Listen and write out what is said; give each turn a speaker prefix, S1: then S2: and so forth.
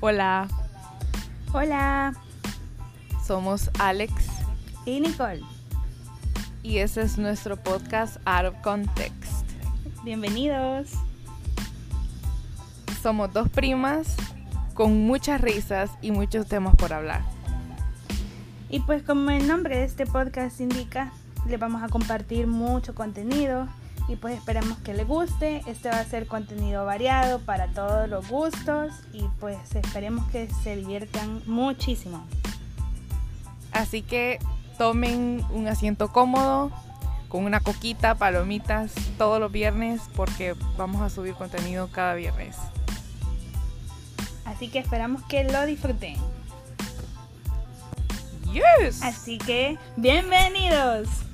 S1: Hola,
S2: Hola,
S1: somos Alex
S2: y Nicole.
S1: y ese es nuestro podcast Out of Context.
S2: Bienvenidos.
S1: Somos dos primas con muchas risas y muchos temas por hablar.
S2: Y pues como el nombre de este podcast indica, les vamos a compartir mucho contenido y pues esperamos que les guste. Este va a ser contenido variado para todos los gustos y pues esperemos que se diviertan muchísimo.
S1: Así que tomen un asiento cómodo con una coquita, palomitas todos los viernes porque vamos a subir contenido cada viernes.
S2: Así que esperamos que lo disfruten.
S1: Yes.
S2: Así que, bienvenidos.